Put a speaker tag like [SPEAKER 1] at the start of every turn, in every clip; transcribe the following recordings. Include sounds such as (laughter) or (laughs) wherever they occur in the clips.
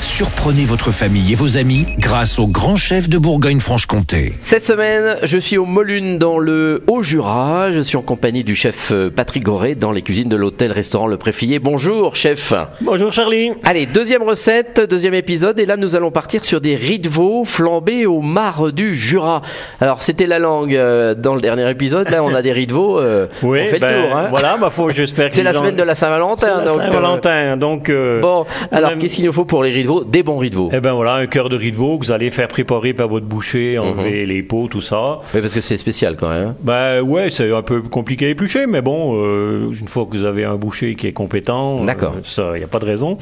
[SPEAKER 1] Surprenez votre famille et vos amis grâce au grand chef de Bourgogne-Franche-Comté.
[SPEAKER 2] Cette semaine, je suis au Molune dans le Haut-Jura. Je suis en compagnie du chef euh, Patrick Goré dans les cuisines de l'hôtel-restaurant Le Préfilé. Bonjour, chef.
[SPEAKER 3] Bonjour Charlie.
[SPEAKER 2] Allez, deuxième recette, deuxième épisode. Et là, nous allons partir sur des riz de veau flambés au mar du Jura. Alors, c'était la langue euh, dans le dernier épisode. Là, on a des riz de veau.
[SPEAKER 3] (laughs)
[SPEAKER 2] euh, on fait
[SPEAKER 3] ben,
[SPEAKER 2] le tour. hein.
[SPEAKER 3] Voilà, bah faut
[SPEAKER 2] (laughs)
[SPEAKER 3] j'espère.
[SPEAKER 2] C'est la semaine de la Saint-Valentin. donc, euh,
[SPEAKER 3] Saint-Valentin, donc. euh,
[SPEAKER 2] Bon, alors
[SPEAKER 3] même-
[SPEAKER 2] qu'est-ce qu'il nous faut pour les riz de veau Des bons riz de veau.
[SPEAKER 3] Eh ben voilà, un cœur de riz de veau que vous allez faire préparer par votre boucher,
[SPEAKER 2] Mhm.
[SPEAKER 3] enlever les peaux, tout ça.
[SPEAKER 2] Oui, parce que c'est spécial quand même. hein.
[SPEAKER 3] Ben ouais, c'est un peu compliqué à éplucher, mais bon, euh, une fois que vous avez un boucher qui est compétent, euh,
[SPEAKER 2] D'accord.
[SPEAKER 3] ça, il n'y a pas de raison.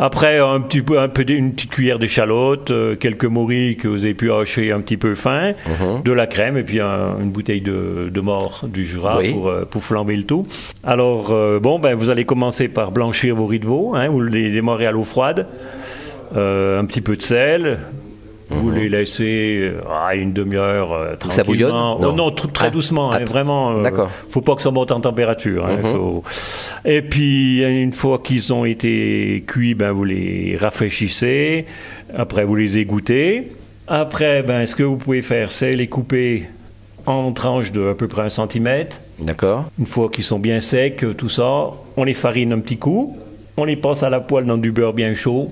[SPEAKER 3] Après, un petit peu, un peu, d- une petite cuillère d'échalote, euh, quelques morilles que vous avez pu hacher un petit peu fin,
[SPEAKER 2] Mhm.
[SPEAKER 3] de la crème et puis un- une bouteille de, de mort du Jura
[SPEAKER 2] Oui.
[SPEAKER 3] pour, euh, pour flamber le tout. Alors, euh, bon, ben vous allez commencer par blanchir vos riz de veau, hein, vous les démarrez à l'eau froide, euh, un petit peu de sel. Vous les laissez euh, ah, une demi-heure
[SPEAKER 2] Mhm.
[SPEAKER 3] euh,
[SPEAKER 2] ça
[SPEAKER 3] tranquillement.
[SPEAKER 2] bouillonne
[SPEAKER 3] Oh
[SPEAKER 2] Non.
[SPEAKER 3] non, tr- très
[SPEAKER 2] Ah.
[SPEAKER 3] doucement, hein,
[SPEAKER 2] Ah,
[SPEAKER 3] vraiment. euh,
[SPEAKER 2] d'accord. Mhm.
[SPEAKER 3] faut pas que ça monte en température. hein, faut- Et puis, une fois qu'ils ont été cuits, ben, vous les rafraîchissez. Après, vous les égouttez. Après, ben, ce que vous pouvez faire, c'est les couper en tranches de à peu près un centimètre.
[SPEAKER 2] D'accord.
[SPEAKER 3] Une fois qu'ils sont bien secs, euh, tout ça, on les farine un petit coup. On les passe à la poêle dans du beurre bien chaud.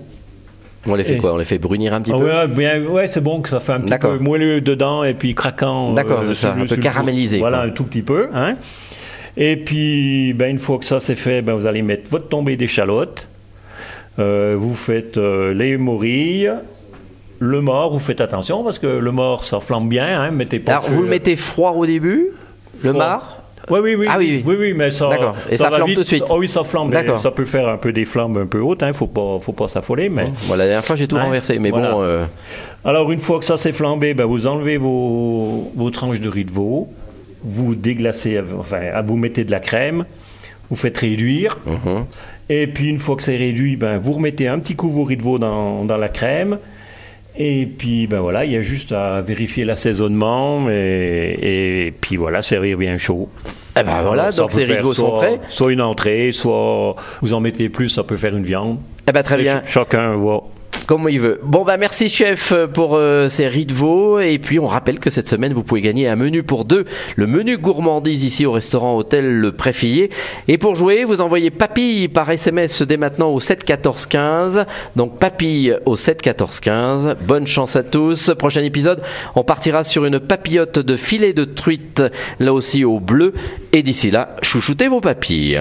[SPEAKER 2] On les fait
[SPEAKER 3] Et-
[SPEAKER 2] quoi On les fait brunir un petit
[SPEAKER 3] Eh. Ah
[SPEAKER 2] peu
[SPEAKER 3] ouais, bien, ouais, c'est bon que ça fait un petit
[SPEAKER 2] D'accord.
[SPEAKER 3] peu moelleux dedans et puis craquant. euh,
[SPEAKER 2] D'accord, c'est ça,
[SPEAKER 3] sur le-
[SPEAKER 2] un peu
[SPEAKER 3] sur le-
[SPEAKER 2] caramélisé,
[SPEAKER 3] Voilà,
[SPEAKER 2] quoi.
[SPEAKER 3] un tout petit peu. hein. Et puis, ben, une fois que ça c'est fait, ben, vous allez mettre votre tombée d'échalote. Euh, vous faites euh, les morilles. Le mort, vous faites attention parce que le mort, ça flambe bien. Hein, mettez pas
[SPEAKER 2] Alors, vous le mettez froid au début, le mar
[SPEAKER 3] oui, oui, oui,
[SPEAKER 2] Ah oui, oui.
[SPEAKER 3] oui, oui, mais ça,
[SPEAKER 2] D'accord. Et ça
[SPEAKER 3] va
[SPEAKER 2] flambe
[SPEAKER 3] vite.
[SPEAKER 2] tout de suite.
[SPEAKER 3] Ah oui, ça flambe. mais
[SPEAKER 2] D'accord.
[SPEAKER 3] Ça peut faire un peu des flammes un peu hautes. Il hein, faut pas, faut pas s'affoler, mais.
[SPEAKER 2] Bon, la dernière fois, j'ai tout
[SPEAKER 3] Ouais,
[SPEAKER 2] renversé, mais
[SPEAKER 3] voilà.
[SPEAKER 2] bon. euh,
[SPEAKER 3] Alors, une fois que ça s'est flambé, ben, vous enlevez vos, vos tranches de riz de veau, vous déglacez, enfin, vous mettez de la crème, vous faites réduire.
[SPEAKER 2] Mhm.
[SPEAKER 3] Et puis, une fois que c'est réduit, ben, vous remettez un petit coup vos riz de veau dans, dans la crème. Et puis, ben voilà, il y a juste à vérifier l'assaisonnement et, et puis voilà, servir bien chaud.
[SPEAKER 2] Eh ben voilà,
[SPEAKER 3] Ça
[SPEAKER 2] donc
[SPEAKER 3] peut
[SPEAKER 2] ces riz de
[SPEAKER 3] faire
[SPEAKER 2] veau sont
[SPEAKER 3] soit-
[SPEAKER 2] prêts.
[SPEAKER 3] Soit une entrée, soit vous en mettez plus, ça peut faire une viande.
[SPEAKER 2] Eh ben très
[SPEAKER 3] C'est
[SPEAKER 2] bien,
[SPEAKER 3] ch- chacun voit.
[SPEAKER 2] comme il veut. Bon bah merci chef pour euh, ces riz de veau et puis on rappelle que cette semaine vous pouvez gagner un menu pour deux, le menu gourmandise ici au restaurant hôtel Le Préfilé. Et pour jouer, vous envoyez papille par SMS dès maintenant au 7 14 15. Donc papille au 7 14 15. Bonne chance à tous. Prochain épisode, on partira sur une papillote de filet de truite là aussi au bleu et d'ici là, chouchoutez vos papilles.